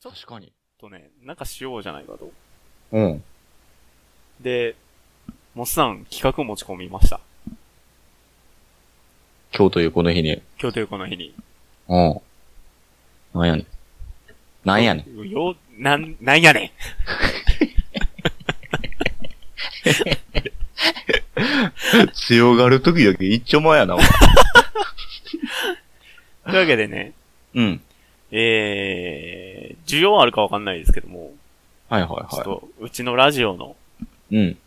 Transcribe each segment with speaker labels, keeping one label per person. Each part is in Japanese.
Speaker 1: ちょっ
Speaker 2: 確かに。
Speaker 1: とね、なんかしようじゃないかと。
Speaker 3: うん。
Speaker 1: で、モスさん企画持ち込みました。
Speaker 3: 今日というこの日に。
Speaker 1: 今日というこの日に。
Speaker 3: うん。なんやねん。なんやねん。
Speaker 1: ん。よ、なん、なんやね
Speaker 3: 強がるときだけ一丁前やな、お前。
Speaker 1: ん。というわけでね、
Speaker 3: うん。
Speaker 1: えー、需要あるかわかんないですけども、
Speaker 3: はいはい
Speaker 1: ちょっ
Speaker 3: は
Speaker 1: と、うちのラジオの
Speaker 3: い。うん。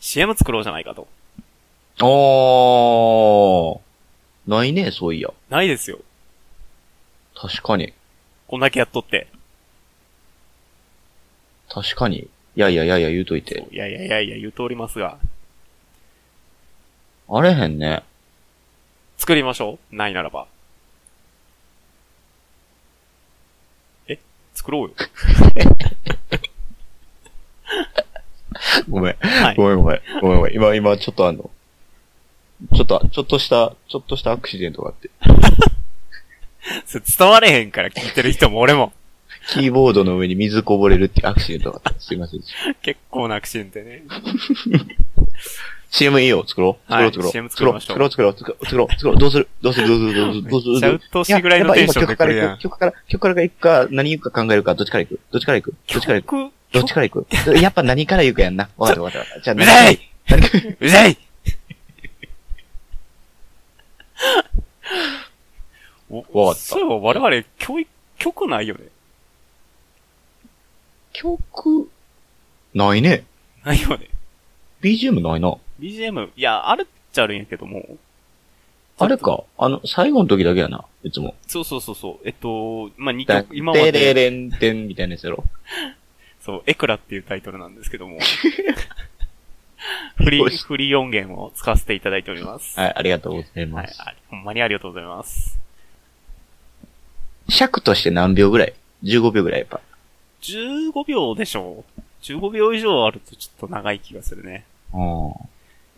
Speaker 1: CM 作ろうじゃないかと。
Speaker 3: おー。ないね、そういや。
Speaker 1: ないですよ。
Speaker 3: 確かに。
Speaker 1: こんだけやっとって。
Speaker 3: 確かに。いやいやいやいや言うといて。
Speaker 1: いやいやいやいや言うとおりますが、
Speaker 3: あれへんね。
Speaker 1: 作りましょう。ないならば。え作 ろうよ。
Speaker 3: ごめん。
Speaker 1: はい。
Speaker 3: ごめんごめん。ごめんごめん。今、今、ちょっとあの、ちょっと、ちょっとした、ちょっとしたアクシデントがあって。
Speaker 1: それ伝われへんから聞いてる人も俺も。
Speaker 3: キーボードの上に水こぼれるっていうアクシデントがあって。すいません。
Speaker 1: 結構なアクシデントやね。
Speaker 3: CM いいよ、作ろう。作ろ
Speaker 1: は
Speaker 3: う、
Speaker 1: い
Speaker 3: 作ろう。
Speaker 1: CM 作りましょう
Speaker 3: 作ろう、作ろう、作ろう、作ろう、作ろう。どうするどうするどうするどうするどうする
Speaker 1: めっちゃ鬱陶しいぐらいのテンションで来るや
Speaker 3: い
Speaker 1: ん
Speaker 3: ややっぱ今曲から、曲から、曲から行くか、何行くか考えるか、どっちから行くどっちから行くどっちから行く
Speaker 1: 曲、
Speaker 3: どっちから行く やっぱ何から行くやん な。わかったわかったわかった。じゃあ、
Speaker 1: うざいうざいお
Speaker 3: わかった
Speaker 1: そういえば我々、教育、曲ないよね。
Speaker 3: 曲、ないね。
Speaker 1: ないよね。
Speaker 3: BGM ないな。
Speaker 1: BGM、いや、あるっちゃあるんやけども。
Speaker 3: あれか、あの、最後の時だけやな、いつも。
Speaker 1: そうそうそうそう。えっと、まあ、2
Speaker 3: だ
Speaker 1: 曲、今ま
Speaker 3: テレ
Speaker 1: で、
Speaker 3: レンテンみたいなやつやろ。
Speaker 1: そう、エクラっていうタイトルなんですけ ども。フリー、フリー音源を使わせていただいております。
Speaker 3: はい、ありがとうござい
Speaker 1: は
Speaker 3: ま
Speaker 1: い
Speaker 3: す。
Speaker 1: あほんまにありがとうございます。
Speaker 3: 尺として何秒ぐらい ?15 秒ぐらいやっぱ。
Speaker 1: 15秒でしょう ?15 秒以上あるとちょっと長い気がするね。
Speaker 3: うん。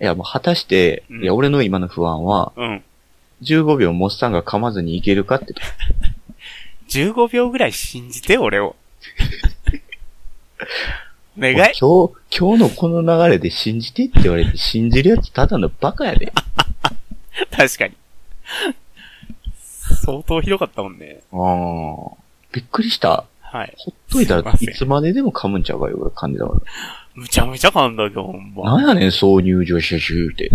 Speaker 3: いや、もう果たして、
Speaker 1: うん
Speaker 3: いや、俺の今の不安は、
Speaker 1: うん。
Speaker 3: 15秒モッサンが噛まずにいけるかって。
Speaker 1: 15秒ぐらい信じて、俺を。お願い
Speaker 3: もう今日、今日のこの流れで信じてって言われて、信じるやつただのバカやで。
Speaker 1: 確かに。相当ひどかったもんね。
Speaker 3: うん。びっくりした。
Speaker 1: はい。
Speaker 3: ほっといた
Speaker 1: す
Speaker 3: ら
Speaker 1: いませ
Speaker 3: い
Speaker 1: ん
Speaker 3: つまででも噛むんちゃうかよ、俺感じだか
Speaker 1: むちゃむちゃ噛んだけど、ほん
Speaker 3: ら。
Speaker 1: ま。
Speaker 3: なんやねん、そう入場してしゅうって。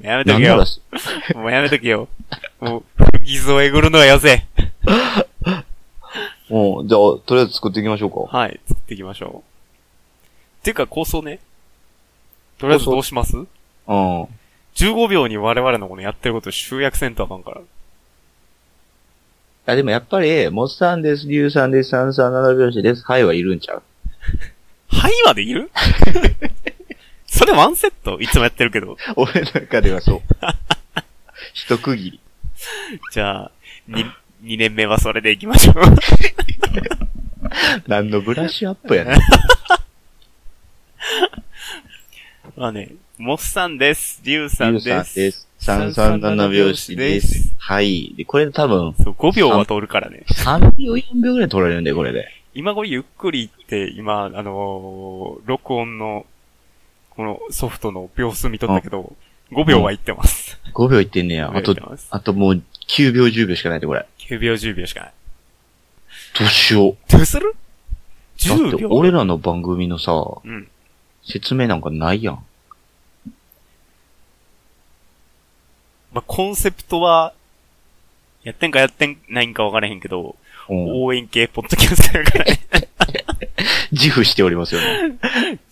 Speaker 1: やめと
Speaker 3: な
Speaker 1: け
Speaker 3: んな
Speaker 1: よ
Speaker 3: ら。す、
Speaker 1: もうやめと けよ。もう、不義をえぐるのはよせ。
Speaker 3: うん、じゃあ、とりあえず作っていきましょうか。
Speaker 1: はい。作っていきましょう。っていうか、構想ね。とりあえずどうします
Speaker 3: うん。
Speaker 1: ?15 秒に我々のこのやってることを集約せんとあかんから。
Speaker 3: いや、でもやっぱり、モッサンです、リュウさんです、サンさん、七拍子です、はいはいるんちゃう
Speaker 1: はいはできる それワンセットいつもやってるけど。
Speaker 3: 俺の中ではそう。 一区切り。
Speaker 1: じゃあ、に、2年目はそれでいきましょう。
Speaker 3: 何のブラッシュアップやねん。
Speaker 1: まあね、モスさんです。リュウさん
Speaker 3: ゆ
Speaker 1: で
Speaker 3: う
Speaker 1: す。
Speaker 3: さんです。三三七拍子です。。はい。で、これ多分、
Speaker 1: そう、5秒は通るからね。
Speaker 3: 3秒、4秒ぐらい取られるんだよ、これで。
Speaker 1: 今これゆっくりって、今、あのー録音の、このソフトの秒数見とったけど、5秒はいってます。
Speaker 3: 5秒いってんねや。
Speaker 1: 5
Speaker 3: あ
Speaker 1: 秒い
Speaker 3: と
Speaker 1: って、ます
Speaker 3: あともう9秒、10秒しかないで、これ。
Speaker 1: 9秒、10秒しかない。
Speaker 3: どうしよう。
Speaker 1: どうする
Speaker 3: だっ
Speaker 1: ?10
Speaker 3: て、
Speaker 1: 秒。
Speaker 3: 俺らの番組のさ、
Speaker 1: うん。
Speaker 3: 説明なんかないやん。
Speaker 1: まあ、コンセプトは、やってんかやってないんか分からへんけど、
Speaker 3: うん。
Speaker 1: 応援系ポッドキャストやか らね、
Speaker 3: 自負しておりますよね。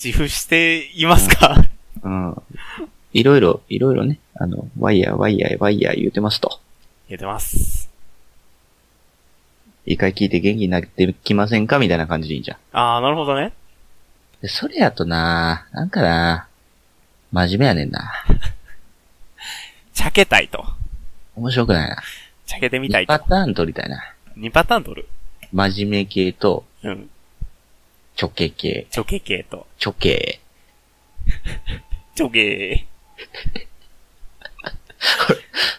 Speaker 1: 自負していますか、
Speaker 3: うん。いろいろ、いろいろね、あの、ワイヤー、ワイヤー、ワイヤー言うてますと。
Speaker 1: 言ってます。
Speaker 3: 一回聞いて元気になってきませんかみたいな感じでいいんじゃん。
Speaker 1: あー、なるほどね。
Speaker 3: でそれやとなぁ、なんかなぁ、真面目やねんな。
Speaker 1: ちゃけたいと。
Speaker 3: 面白くないな。
Speaker 1: ちゃけてみた
Speaker 3: 2
Speaker 1: いと
Speaker 3: パ。ターン取りたいな。
Speaker 1: 2パターン取る。
Speaker 3: 真面目系と、
Speaker 1: うん。
Speaker 3: ちょけ系、
Speaker 1: ちょけ系と。
Speaker 3: ちょけ。
Speaker 1: ちょけ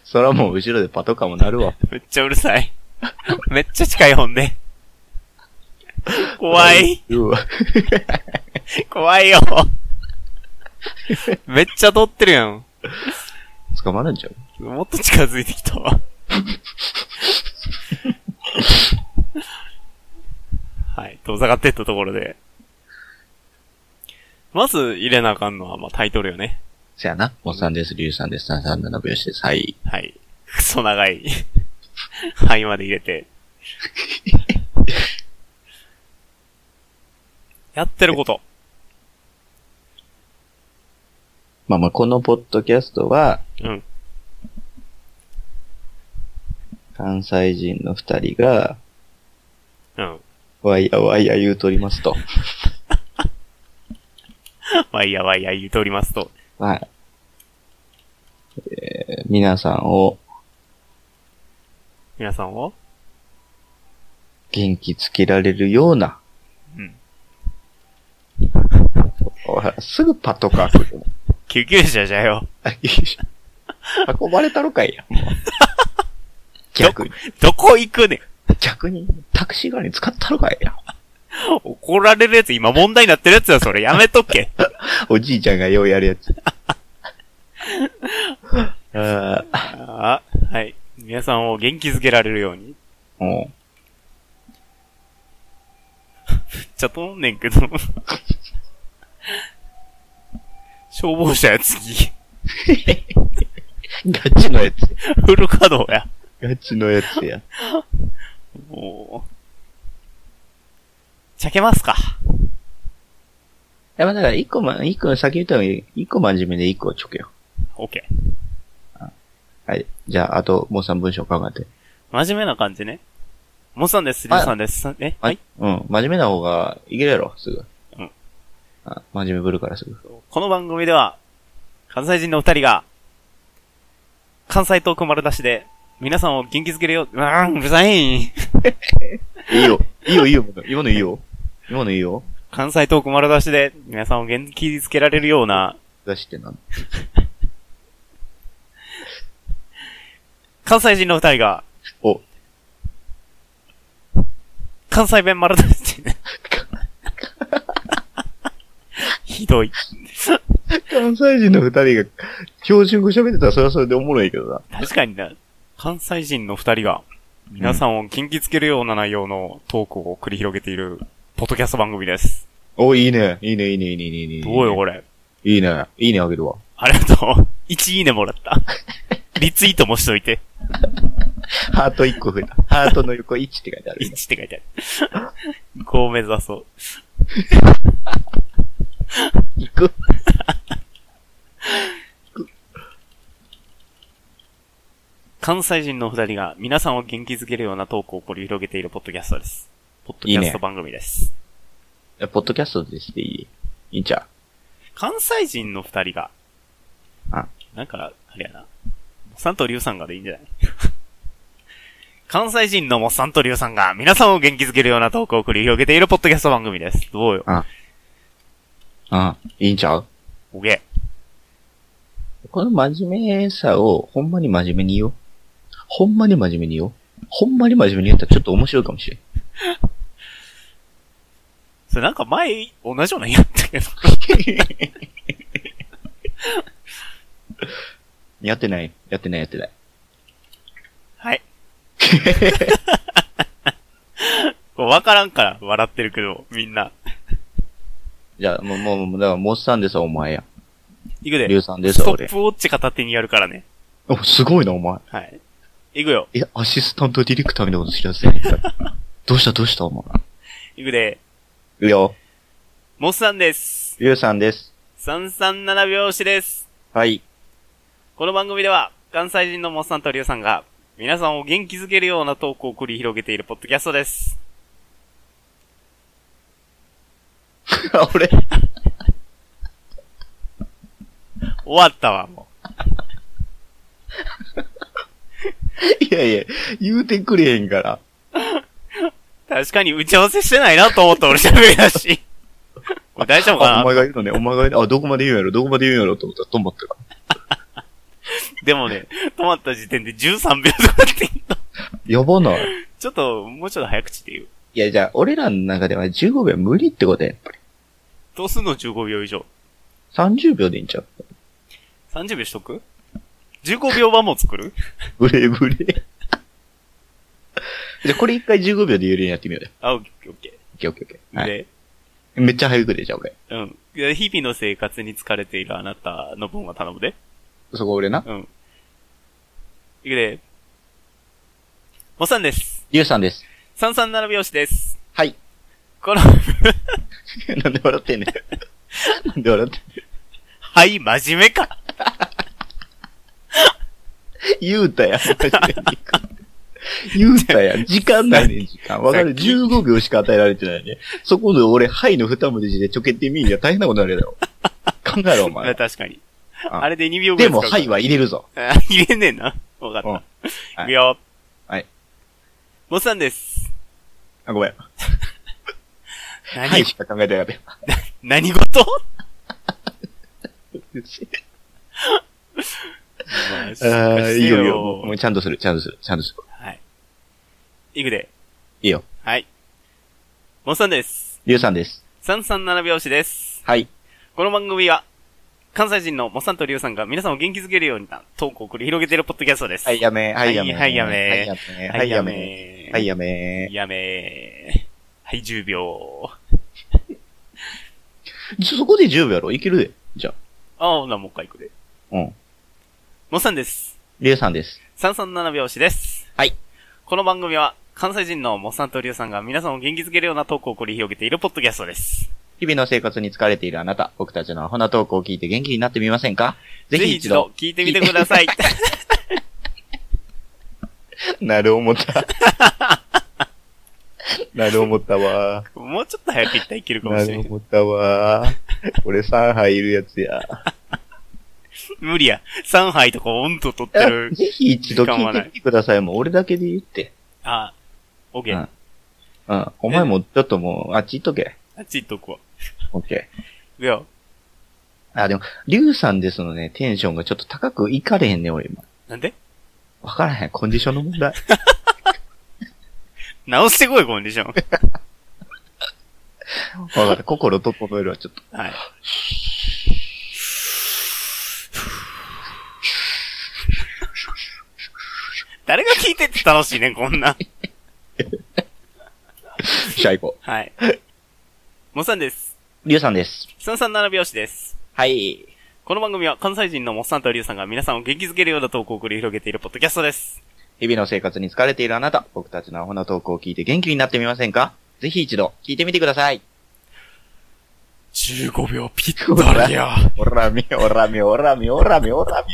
Speaker 3: そらもう後ろでパトカーもなるわ。
Speaker 1: ー。めっちゃうるさい。めっちゃ近い本で。怖い。
Speaker 3: うわ
Speaker 1: 怖 いよ。めっちゃ撮ってるやん。
Speaker 3: 捕まるんちゃう
Speaker 1: もっと近づいてきたわ。はい。遠ざかってったところで。まず入れなあかんのは、まあ、タイトルよね。
Speaker 3: せやな。モッサンです、リュウさんです、三三七拍子です。はい。
Speaker 1: はい。クソ長い範囲まで入れて。やってること。
Speaker 3: まあまあ、このポッドキャストは、
Speaker 1: うん。
Speaker 3: 関西人の二人が、
Speaker 1: うん。
Speaker 3: わいやわいや言うとりますと。
Speaker 1: ワイヤワイヤ言うておりますと。
Speaker 3: はい。えー皆さんを
Speaker 1: 皆さんを
Speaker 3: 元気つけられるような、
Speaker 1: うん。
Speaker 3: おいすぐパトカー来るもん。
Speaker 1: 救急車じゃよ。
Speaker 3: あよいしょ運ばれたろかいや、もう逆に、
Speaker 1: どこ行くねん
Speaker 3: 逆に、タクシー側に使ったろかいや。
Speaker 1: 怒られるやつ、今問題になってるやつだ、それ。やめとけ。
Speaker 3: おじいちゃんがようやるやつ。ああ、
Speaker 1: ああ、はい。皆さんを元気づけられるように。
Speaker 3: も
Speaker 1: めっちゃ飛んねんけど。消防車や、次。
Speaker 3: う、ガチのやつ。
Speaker 1: フル稼働や。
Speaker 3: ガチのやつや。
Speaker 1: もう。ちゃけますか。
Speaker 3: や、まあだから、一個ま、一個先言ったのに、一個真面目で一個はちょけよ。
Speaker 1: オッケ
Speaker 3: はい。じゃあ、あと、もう3文章考えて。
Speaker 1: ー。真面目な感じね。モさんです、リュウさんです。さんえはい。
Speaker 3: うん。真面目な方が、いけるやろ、すぐ。
Speaker 1: うん
Speaker 3: あ、真面目ぶるからすぐ。
Speaker 1: この番組では、関西人のお二人が、関西トーク丸出しで、皆さんを元気づけるよう、うーん、うるさい。
Speaker 3: いいよ。いいよ、いいよ。今のいいよ。今のいいよ。
Speaker 1: 関西トーク丸出しで、皆さんを元気づけられるような、
Speaker 3: 出してなん。
Speaker 1: 関西人のお二人が、
Speaker 3: お。
Speaker 1: 関西弁丸出 しで、ひどい。
Speaker 3: 関西人の二人が、標準語喋ってたらそれはそれでおもろいけどな。
Speaker 1: 確かにな。関西人の二人が、皆さんを元気づけるような内容のトークを繰り広げている、ポッドキャスト番組です。
Speaker 3: お、いいね。いいね、いいね、いいね、いいね。いいね
Speaker 1: どうよ、これ。
Speaker 3: いいね。いいねあげるわ。
Speaker 1: ありがとう。1いいねもらった。リツイートもしといて。
Speaker 3: ハート一個増えた。ハートの横1って書いてある。
Speaker 1: 1って書いてある。5を目指そう。
Speaker 3: 行く。
Speaker 1: 関西人のお二人が皆さんを元気づけるようなトークを繰り広げているポッドキャストです。ポッドキャ
Speaker 3: いい
Speaker 1: ス
Speaker 3: ね
Speaker 1: ト番組です。
Speaker 3: えポッドキャストでしていいいいんちゃ
Speaker 1: 関西人の二人が、
Speaker 3: あ
Speaker 1: なんか、あれやな。モッサンとリュウさんがでいいんじゃない 関西人のモッサンとリュウさんが皆さんを元気づけるようなトークを繰り広げているポッドキャスト番組です。どうよ。
Speaker 3: ううん。いいんちゃう
Speaker 1: おげ。
Speaker 3: この真面目さを、ほんまに真面目に言おう。ほんまに真面目に言おう。ほんまに真面目に言ったらちょっと面白いかもしれん。
Speaker 1: それなんか前、同じようなのやったけど。
Speaker 3: やってない。やってない、やってない。
Speaker 1: はい。こうわからんから笑ってるけど、みんな。
Speaker 3: じゃあ、もう、もうもう、だから、モッサンですわお前や。
Speaker 1: いくで。
Speaker 3: リュウさんです
Speaker 1: ス
Speaker 3: わ
Speaker 1: トッ
Speaker 3: 俺。
Speaker 1: プウォッチ片手にやるからね。
Speaker 3: お、すごいな、お前。
Speaker 1: はい。いくよ。
Speaker 3: え、アシスタントディレクターみたいなこと知らせやん。 どうした、どうした、お前。
Speaker 1: いくで。
Speaker 3: いいよ。
Speaker 1: モスさんです。
Speaker 3: リュウさんです。
Speaker 1: 337拍子です。
Speaker 3: はい。
Speaker 1: この番組では、関西人のモスさんとリュウさんが、皆さんを元気づけるようなトークを繰り広げているポッドキャストです。
Speaker 3: あ、俺。
Speaker 1: 終わったわ、も
Speaker 3: いやいや、言うてくれへんから。
Speaker 1: う。確かに打ち合わせしてないなと思って俺喋りだし。これ大丈夫
Speaker 3: あ、お
Speaker 1: かな
Speaker 3: 前が言うのね、お前が言うの、あ、どこまで言うんやろ、どこまで言うんやろと思ったら、と思ったか
Speaker 1: でもね、止まった時点で13秒とかって言った
Speaker 3: ら。やばない。
Speaker 1: ちょっと、もうちょっと早口で言う。
Speaker 3: いや、じゃあ、俺らの中では15秒無理ってことや、やっぱり。
Speaker 1: どうすんの ?15 秒以上。
Speaker 3: 30秒でいいんちゃう
Speaker 1: 30秒しとく ?15 秒はもう作る
Speaker 3: ブレブレ。 じゃあ、これ一回15秒で言えるようにやってみようよ。
Speaker 1: あ、オッケーオッケ
Speaker 3: オッケーオッケーオッケー。
Speaker 1: ー。
Speaker 3: はい。
Speaker 1: で、
Speaker 3: めっちゃ早くで、じゃあ俺。
Speaker 1: うん。で日々の生活に疲れているあなたの分は頼むで。
Speaker 3: そこ俺な。
Speaker 1: うん。いくで。もっさんです。
Speaker 3: リュウさんです。
Speaker 1: 三三並び押しです。
Speaker 3: はい。
Speaker 1: この、
Speaker 3: なんで笑ってんねん。 なんで笑ってん
Speaker 1: はい、真面目か。
Speaker 3: 言うた やん、真面目に言うたやん。時間ないねん、時間。わかる ?15 秒しか与えられてないね。そこで俺、はいの二文字でちょけてみんや大変なことになる やろ。考えろ、お前。
Speaker 1: 確かに。
Speaker 3: あ
Speaker 1: あれで2秒ぐら
Speaker 3: で
Speaker 1: い使
Speaker 3: も、
Speaker 1: うから
Speaker 3: はい。は入れるぞ。
Speaker 1: あ 入れんねんな。わかった。
Speaker 3: うん
Speaker 1: いくよ。
Speaker 3: はい。
Speaker 1: もっさんです。
Speaker 3: あ、ごめん。
Speaker 1: 何、
Speaker 3: はいしか考えてなかっ
Speaker 1: 何事
Speaker 3: た。
Speaker 1: ま
Speaker 3: あ
Speaker 1: あ
Speaker 3: ーいいよ、いいよ。もうもうちゃんとする、ちゃんとする、ちゃんとする。
Speaker 1: はい。いくで。
Speaker 3: いいよ。
Speaker 1: はい。もっさんです。
Speaker 3: リュウさんです。
Speaker 1: 三三並び押しです。
Speaker 3: はい。
Speaker 1: この番組は、関西人のモッサンとリュウさんが皆さんを元気づけるようなトークを繰り広げているポッドキャストです。
Speaker 3: はい、やめ。はい、やめ。
Speaker 1: はいやめ
Speaker 3: はい、やめ。
Speaker 1: は、
Speaker 3: はいい、
Speaker 1: や
Speaker 3: やめ。
Speaker 1: めー。
Speaker 3: はい、やめ。
Speaker 1: やめー。はい、10秒。
Speaker 3: そこで10秒やろいけるで。じゃ
Speaker 1: ああ、ほな、もう一回行くで。
Speaker 3: あ。うん。
Speaker 1: もっさんです。
Speaker 3: リュウさんです。
Speaker 1: 337拍子です。
Speaker 3: はい。
Speaker 1: この番組は、関西人のモッサンとリュウさんが皆さんを元気づけるようなトークを繰り広げているポッドキャストです。
Speaker 3: 日々の生活に疲れているあなた、僕たちのアホなトークを聞いて元気になってみませんかぜひ一度。
Speaker 1: 聞いてみてくださ い。
Speaker 3: なる思った。なる思ったわ。
Speaker 1: もうちょっと早く行ったらいけるかも
Speaker 3: な
Speaker 1: しれ
Speaker 3: る
Speaker 1: ん。
Speaker 3: 思ったわ。これ3杯いるやつや。
Speaker 1: 無理や。3杯とか温度取って る。
Speaker 3: ぜひ一度聞いてみてください。もう俺だけで言って。
Speaker 1: あ、オッケ
Speaker 3: う
Speaker 1: ー。
Speaker 3: ん。うん。お前もちょっともう、あっち行っとけ。
Speaker 1: あっち行っとこう。
Speaker 3: オッケー。
Speaker 1: いくよ。
Speaker 3: あ、でも、リュウさんですのね、テンションがちょっと高くいかれへんね、俺今。
Speaker 1: なんで
Speaker 3: わからへん。コンディションの問題。
Speaker 1: 直してこい、コンディショ ン。
Speaker 3: わかった。心整えるわ、ちょっと。
Speaker 1: はい。誰が聞いてって楽しいねん、こんなん。
Speaker 3: じゃあ行こ
Speaker 1: はい。モッサンです。
Speaker 3: う。リュウさんです。
Speaker 1: 337拍子です。
Speaker 3: はい。
Speaker 1: この番組は関西人のモッサンとリュウさんが皆さんを元気づけるような投稿を繰り広げているポッドキャストです。
Speaker 3: 日々の生活に疲れているあなた、僕たちのアホなトークを聞いて元気になってみませんかぜひ一度、聞いてみてください。
Speaker 1: 15秒ぴっ
Speaker 3: ほらみ、ほらみ、ほらみ、ほらみ、ほらみ。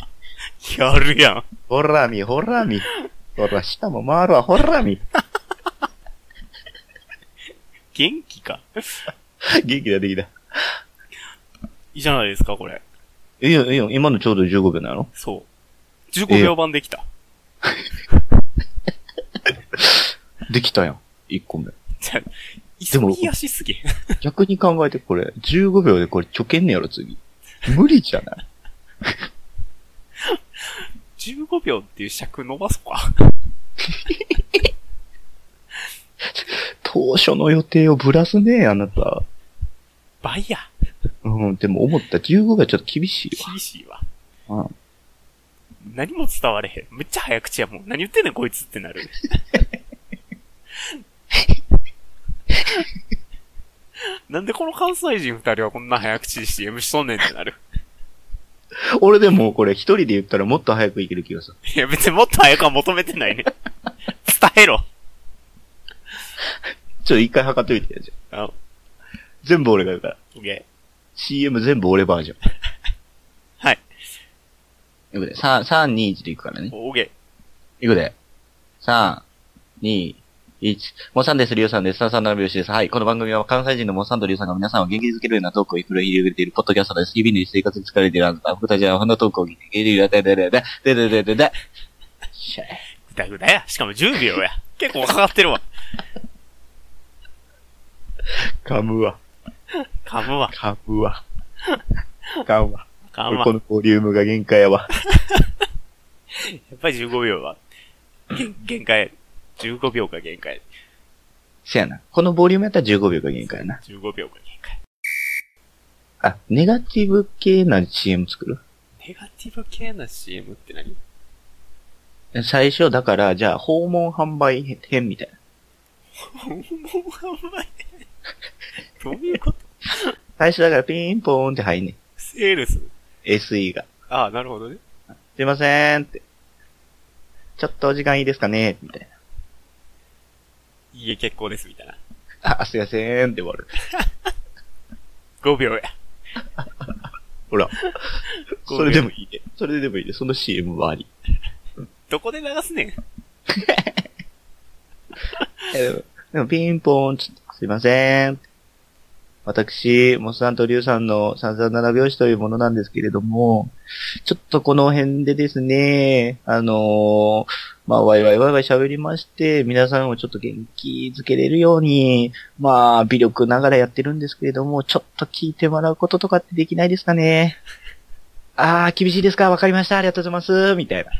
Speaker 1: やるやん。
Speaker 3: ほらみ、ほらみ。ほら、下も回るわ、ほらみ。
Speaker 1: 元気か。
Speaker 3: 元気だ、できた。
Speaker 1: いいじゃないですか、これ。
Speaker 3: いいよ、いいよ、今のちょうど15秒なの
Speaker 1: そう。15秒版できた。
Speaker 3: できたやん。1個目。
Speaker 1: じゃあ、
Speaker 3: で
Speaker 1: 急
Speaker 3: も
Speaker 1: ぎ足すぎ。
Speaker 3: 逆に考えてこれ、15秒でこれちょけんねやろ、次。無理じゃない
Speaker 1: 15秒っていう尺伸ばそうか。
Speaker 3: 当初の予定をぶらすねあなた。
Speaker 1: 倍や。
Speaker 3: うん、でも思った。15秒はちょっと厳しい
Speaker 1: 厳しいわ。
Speaker 3: わ。うん。
Speaker 1: 何も伝われへん。めっちゃ早口やもん。何言ってんねん、こいつってな る。なんでこの関西人二人はこんな早口して MC しとんねんってなる。
Speaker 3: 俺でもこれ一人で言ったらもっと早くいける気がする。
Speaker 1: いや、別にもっと早くは求めてないね。伝えろ。
Speaker 3: ちょっと一回測っといてやじゃん。
Speaker 1: あ、
Speaker 3: 全部俺が言うから。
Speaker 1: オッケ
Speaker 3: CM 全部俺バージョン。
Speaker 1: はい。
Speaker 3: いくで。3、3、2、1でいくからね
Speaker 1: ー。。オッケ
Speaker 3: いくで。3、2、1。モさんです、リュウさんです、3、3、7、拍子です。はい。この番組は関西人のモさんとリュウさんが皆さんを元気づけるようなトークを繰り広げているポッドキャストです。日々の生活に疲れているあなた、僕たちはこんなトークを聞いて、ゲリラ、だだだだ、だだだだだ。しゃい
Speaker 1: ー。ぐだぐだや。しかも10秒や。結構かかってるわ。
Speaker 3: 噛むわ、
Speaker 1: 噛むわ。
Speaker 3: 噛むわ。噛むわ。
Speaker 1: 噛むわ。や
Speaker 3: のボリュームが限界やわ。
Speaker 1: っぱり15秒は。限限界。15秒が限界。
Speaker 3: せやな。このボリュームやったら15秒が限界やな。
Speaker 1: 15秒が限界。
Speaker 3: あ、ネガティブ系な CM 作る
Speaker 1: ネガティブ系な CM って何
Speaker 3: 最初、だから、じゃあ、訪問販売編みたいな。
Speaker 1: もう販売どういうこと
Speaker 3: 最初だからピンポーンって入んねん。
Speaker 1: セールス
Speaker 3: SE が。
Speaker 1: ああ、なるほどね。
Speaker 3: すいませんって。ちょっとお時間いいですかねみたいな。
Speaker 1: いいえ、結構です、みたいな。
Speaker 3: あ、すいませんって終わる。
Speaker 1: 5秒や。
Speaker 3: ほら。
Speaker 1: ごめ
Speaker 3: それ
Speaker 1: ん
Speaker 3: でもいいね。それでもいいね。その CM はあり。
Speaker 1: どこで流すねん。
Speaker 3: いやでも、でもピンポーン、ちょっとすいません。私、モスさんとリュウさんの三三七拍子というものなんですけれども、ちょっとこの辺でですね、あのーまあ、ワイワイワイワイ喋りまして、皆さんをちょっと元気づけれるように、まあ、微力ながらやってるんですけれども、ちょっと聞いてもらうこととかってできないですかね。あー、厳しいですかわかりました。ありがとうございます。みたいな。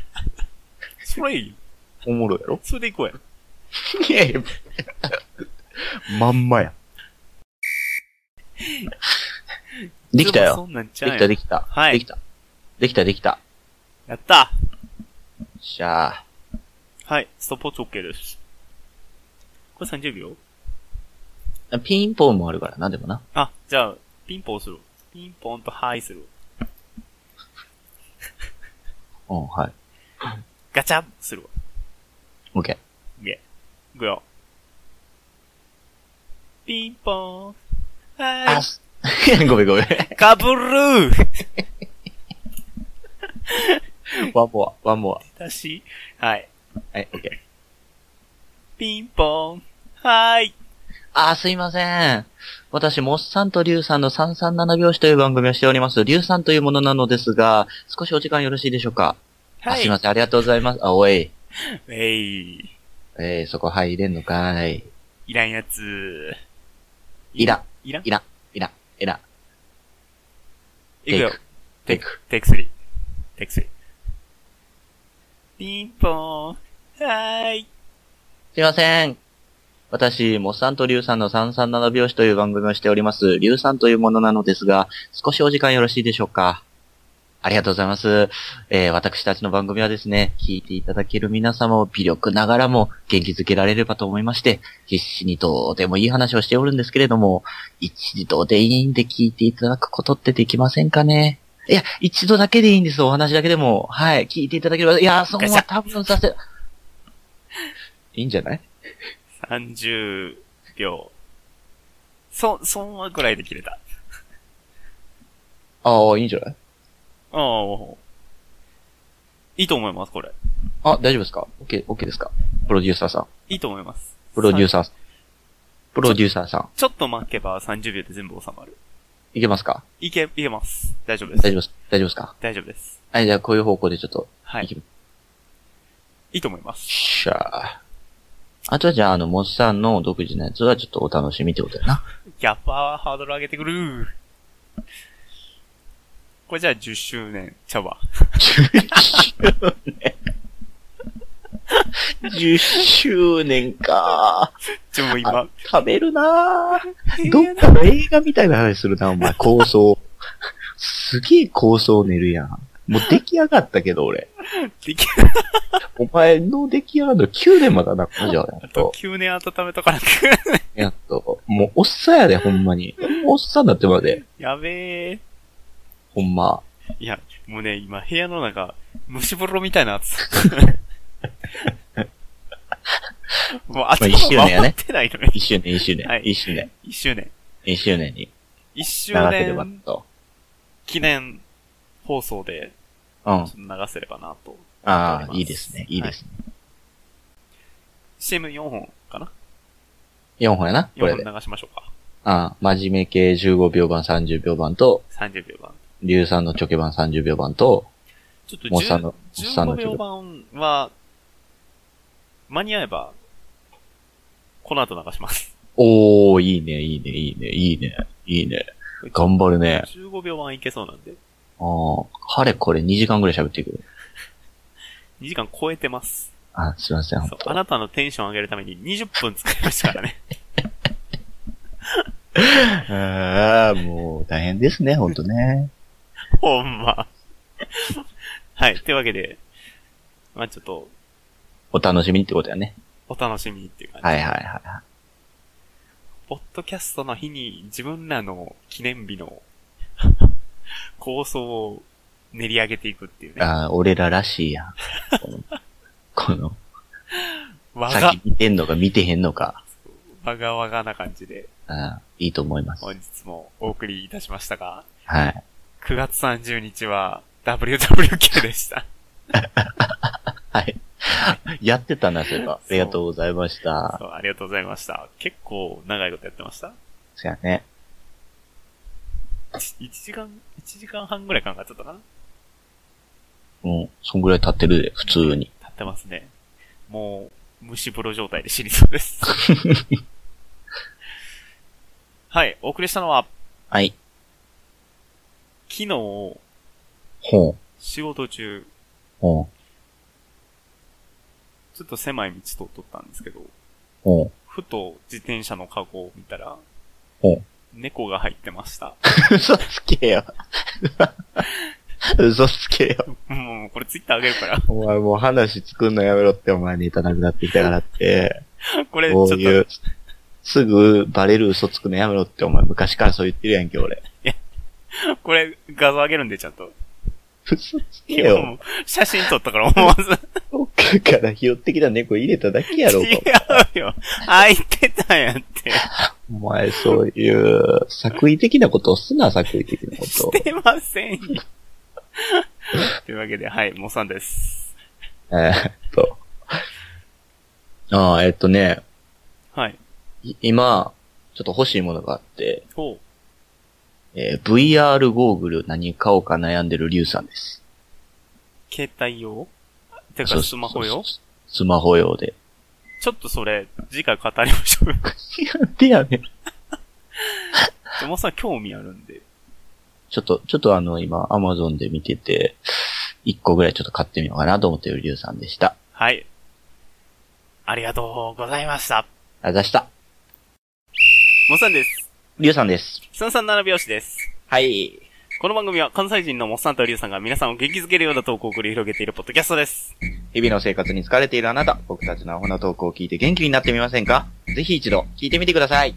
Speaker 1: それいいよ。
Speaker 3: おもろいやろ
Speaker 1: それでいこうや。
Speaker 3: いやいや。まんまや。できた
Speaker 1: そ
Speaker 3: よ。
Speaker 1: んなんちゃ
Speaker 3: で
Speaker 1: う
Speaker 3: き
Speaker 1: や
Speaker 3: た、
Speaker 1: ん
Speaker 3: できた。
Speaker 1: はい
Speaker 3: できた。できた、できた。
Speaker 1: やった
Speaker 3: しゃあ。
Speaker 1: はい、ストップウォッチ OK です。これ30秒
Speaker 3: ピンポンもあるからな、でもな。
Speaker 1: あ、じゃあ、ピンポンする。ピンポンとハイする。
Speaker 3: うん、はい。
Speaker 1: ガチャンするわ。
Speaker 3: オッケ
Speaker 1: いくよ。ピンポーン。
Speaker 3: ー。
Speaker 1: は
Speaker 3: あす ごめんごめん。
Speaker 1: い。かぶるー
Speaker 3: ワンモア、ワンモ
Speaker 1: 私はい。
Speaker 3: ア。はい、オッケー。
Speaker 1: ピンポーン。はい。
Speaker 3: あー、すいません。私、モッサンとリュウさんの337拍子という番組をしております。リュウさんというものなのですが、少しお時間よろしいでしょうか、あ
Speaker 1: はい。
Speaker 3: すいません、ありがとうございます。あ、おい。
Speaker 1: えい。
Speaker 3: えー、そこ入れんのかい。
Speaker 1: いらんやつ。
Speaker 3: いらん。
Speaker 1: いらん
Speaker 3: いらん、いらん、いらん。
Speaker 1: いくよ。
Speaker 3: テイク。
Speaker 1: テイク3。テイク3。ピンポーン。はい。
Speaker 3: すいません。私、モッサンとリュウさんの337拍子という番組をしております。リュウさんというものなのですが、少しお時間よろしいでしょうかありがとうございます。えー、私たちの番組はですね、聞いていただける皆様を微力ながらも元気づけられればと思いまして、必死にどうでもいい話をしておるんですけれども、一度でいいんで聞いていただくことってできませんかねいや、一度だけでいいんです。お話だけでも、はい、聞いていただければ、いや、そのまま多分させ、いいんじゃない
Speaker 1: 30秒。そ、そんなくらいで切れた。
Speaker 3: ああ、いいんじゃない
Speaker 1: ああ、いいと思います、これ。
Speaker 3: あ、大丈夫ですかオッケー、オッケーですかプロデューサーさん。
Speaker 1: いいと思います。
Speaker 3: プロデュー
Speaker 1: さ
Speaker 3: サーさん。プロデューサーさん。
Speaker 1: ちょっと待けば30秒で全部収まる。
Speaker 3: いけますか
Speaker 1: いけ、いけます。大丈夫で
Speaker 3: 大
Speaker 1: す。
Speaker 3: 丈夫です。大丈夫ですか
Speaker 1: 大丈夫です。
Speaker 3: はい、じゃあこういう方向でちょっと。
Speaker 1: はい
Speaker 3: き
Speaker 1: い。
Speaker 3: ま
Speaker 1: いいと思います。
Speaker 3: しょあ。あとはじゃあ、あの、モスさんの独自のやつはちょっとお楽しみってことやな。
Speaker 1: やっぱハードル上げてくるこれじゃあ10周年ちゃうわ。
Speaker 3: 10周年か
Speaker 1: ちょ、もう今。
Speaker 3: 食べるな
Speaker 1: えー
Speaker 3: ぁ。どっかの映画みたいな話するな、お前。構想。すげえ構想練るやん。もう出来上がったけど、俺。
Speaker 1: でき
Speaker 3: お前の出来上がるの9年まだな、これじゃあ、やっと。
Speaker 1: と9年温めとかなく。
Speaker 3: やっと。もう、おっさんやで、ほんまに。おっさんだってまで。
Speaker 1: やべえ。
Speaker 3: ほんま。
Speaker 1: いや、もうね、今部屋の中、虫風呂みたいな暑 さ。もう頭
Speaker 3: 一周年や
Speaker 1: 回
Speaker 3: ね
Speaker 1: ってないのね。
Speaker 3: 一周年、一周年。
Speaker 1: はい
Speaker 3: 一周年。
Speaker 1: 1周年。
Speaker 3: 一周年に。
Speaker 1: 1周
Speaker 3: 長ければ
Speaker 1: 年
Speaker 3: と。
Speaker 1: 記念放送で
Speaker 3: うん。
Speaker 1: ちょっ
Speaker 3: あ
Speaker 1: と流せればなと。
Speaker 3: あ、いいですね。いいですね。
Speaker 1: CM4 本かな
Speaker 3: 4本やな、これ
Speaker 1: ?4
Speaker 3: で。あ
Speaker 1: 本流しましょうか。
Speaker 3: あ、真面目系15秒版、30秒版と、
Speaker 1: 30秒版。
Speaker 3: リュウさんのチョケ版30秒版と、
Speaker 1: ちょっと
Speaker 3: モッサンの
Speaker 1: 10
Speaker 3: モッサンの
Speaker 1: 15秒版は、間に合えば、この後流します。
Speaker 3: おー、いいね、いいね、いいね、いいね、いいね。頑張るね。
Speaker 1: 15秒版いけそうなんで、
Speaker 3: ああ、晴れこれ2時間ぐらい喋っていく。
Speaker 1: 2時間超えてます。
Speaker 3: あ、すいません、ほん
Speaker 1: そう
Speaker 3: と
Speaker 1: あなたのテンション上げるために20分使いましたからね。
Speaker 3: ああ、もう大変ですね、ほんとね。
Speaker 1: ほんま。はい。というわけで、まあちょっと、
Speaker 3: お楽しみにってことやね。
Speaker 1: お楽しみにっていう感じ。
Speaker 3: はいはいはいは
Speaker 1: ポッドキャストの日に自分らの記念 日の構想を練り上げていくっていう
Speaker 3: い。
Speaker 1: ね。
Speaker 3: ああ、俺ららしいやん。この、
Speaker 1: わ
Speaker 3: さ
Speaker 1: が
Speaker 3: っき、見てんのか見てへんのか、
Speaker 1: わがわがな感じで
Speaker 3: あーいいと思います。
Speaker 1: 本日もお送りいたしましたが、
Speaker 3: はい。
Speaker 1: 9月30日は WWK でした。
Speaker 3: はい。 やってたな、そういえば。ありがとうございました。
Speaker 1: そうありがとうございました。結構長いことやってました。
Speaker 3: そうやね。
Speaker 1: 1時間、1時間半ぐらい考えちゃったかな
Speaker 3: うん。そんぐらい経ってるで、普通に。
Speaker 1: 経ってますね。もう、虫風呂状態で死にそう です。はい、お送りしたのは、
Speaker 3: はい。
Speaker 1: 昨日、
Speaker 3: ほう。
Speaker 1: 仕事中、
Speaker 3: ほう。
Speaker 1: ちょっと狭い道通っとったんですけど、
Speaker 3: ほう。
Speaker 1: ふと自転車のカゴを見たら、
Speaker 3: ほう。
Speaker 1: 猫が入ってました。
Speaker 3: 嘘つけよ。 嘘つけよ。
Speaker 1: もう、これツイッターあげるから。
Speaker 3: お前もう話作んのやめろって、お前ネタなくなってきたからって。
Speaker 1: こ れ、ちょ
Speaker 3: こ
Speaker 1: っと、
Speaker 3: ういう、すぐバレる嘘つくのやめろって、お前昔からそう言ってるやんけ、 俺。
Speaker 1: これ、画像あげるんで、ちゃんと。
Speaker 3: 嘘つけ
Speaker 1: 今日
Speaker 3: よ。
Speaker 1: も写真撮ったから思わず。
Speaker 3: 奥から拾ってきた猫入れただけや ろう
Speaker 1: 違
Speaker 3: と。
Speaker 1: うよ。開いてたやんって。
Speaker 3: お前そういう、作為的なことをすな、作為的なこ
Speaker 1: し
Speaker 3: と。
Speaker 1: てませんよ。というわけで、はい、モさんです。
Speaker 3: えーっと。ああ、えーっとね、
Speaker 1: はい。
Speaker 3: い今、ちょっと欲しいものがあって、
Speaker 1: ほう。
Speaker 3: えー VR ゴーグル何買おうか悩んでるリュウさんです。
Speaker 1: 携帯用て
Speaker 3: そ
Speaker 1: か、
Speaker 3: う
Speaker 1: スマホ
Speaker 3: そう
Speaker 1: 用
Speaker 3: そうスマホ用で。
Speaker 1: ちょっとそれ、次回語りましょうよ。
Speaker 3: でやね。
Speaker 1: でもさ、興味あるんで。
Speaker 3: ちょっと、ちょっとあの、今、アマゾンで見てて、一個ぐらいちょっと買ってみようかなと思ってるリュウさんでした。
Speaker 1: はい。ありがとうございまし
Speaker 3: あ
Speaker 1: た。
Speaker 3: りがとうございました。
Speaker 1: モさんです。
Speaker 3: リュウさんです。
Speaker 1: 三三七拍子です。
Speaker 3: はい。
Speaker 1: この番組は関西人のモッサンとリュウさんが皆さんを元気づけるような投稿を繰り広げているポッドキャストです。
Speaker 3: 日々の生活に疲れているあなた、僕たちのアホなトークを聞いて元気になってみませんかぜひ一度、聞いてみてください。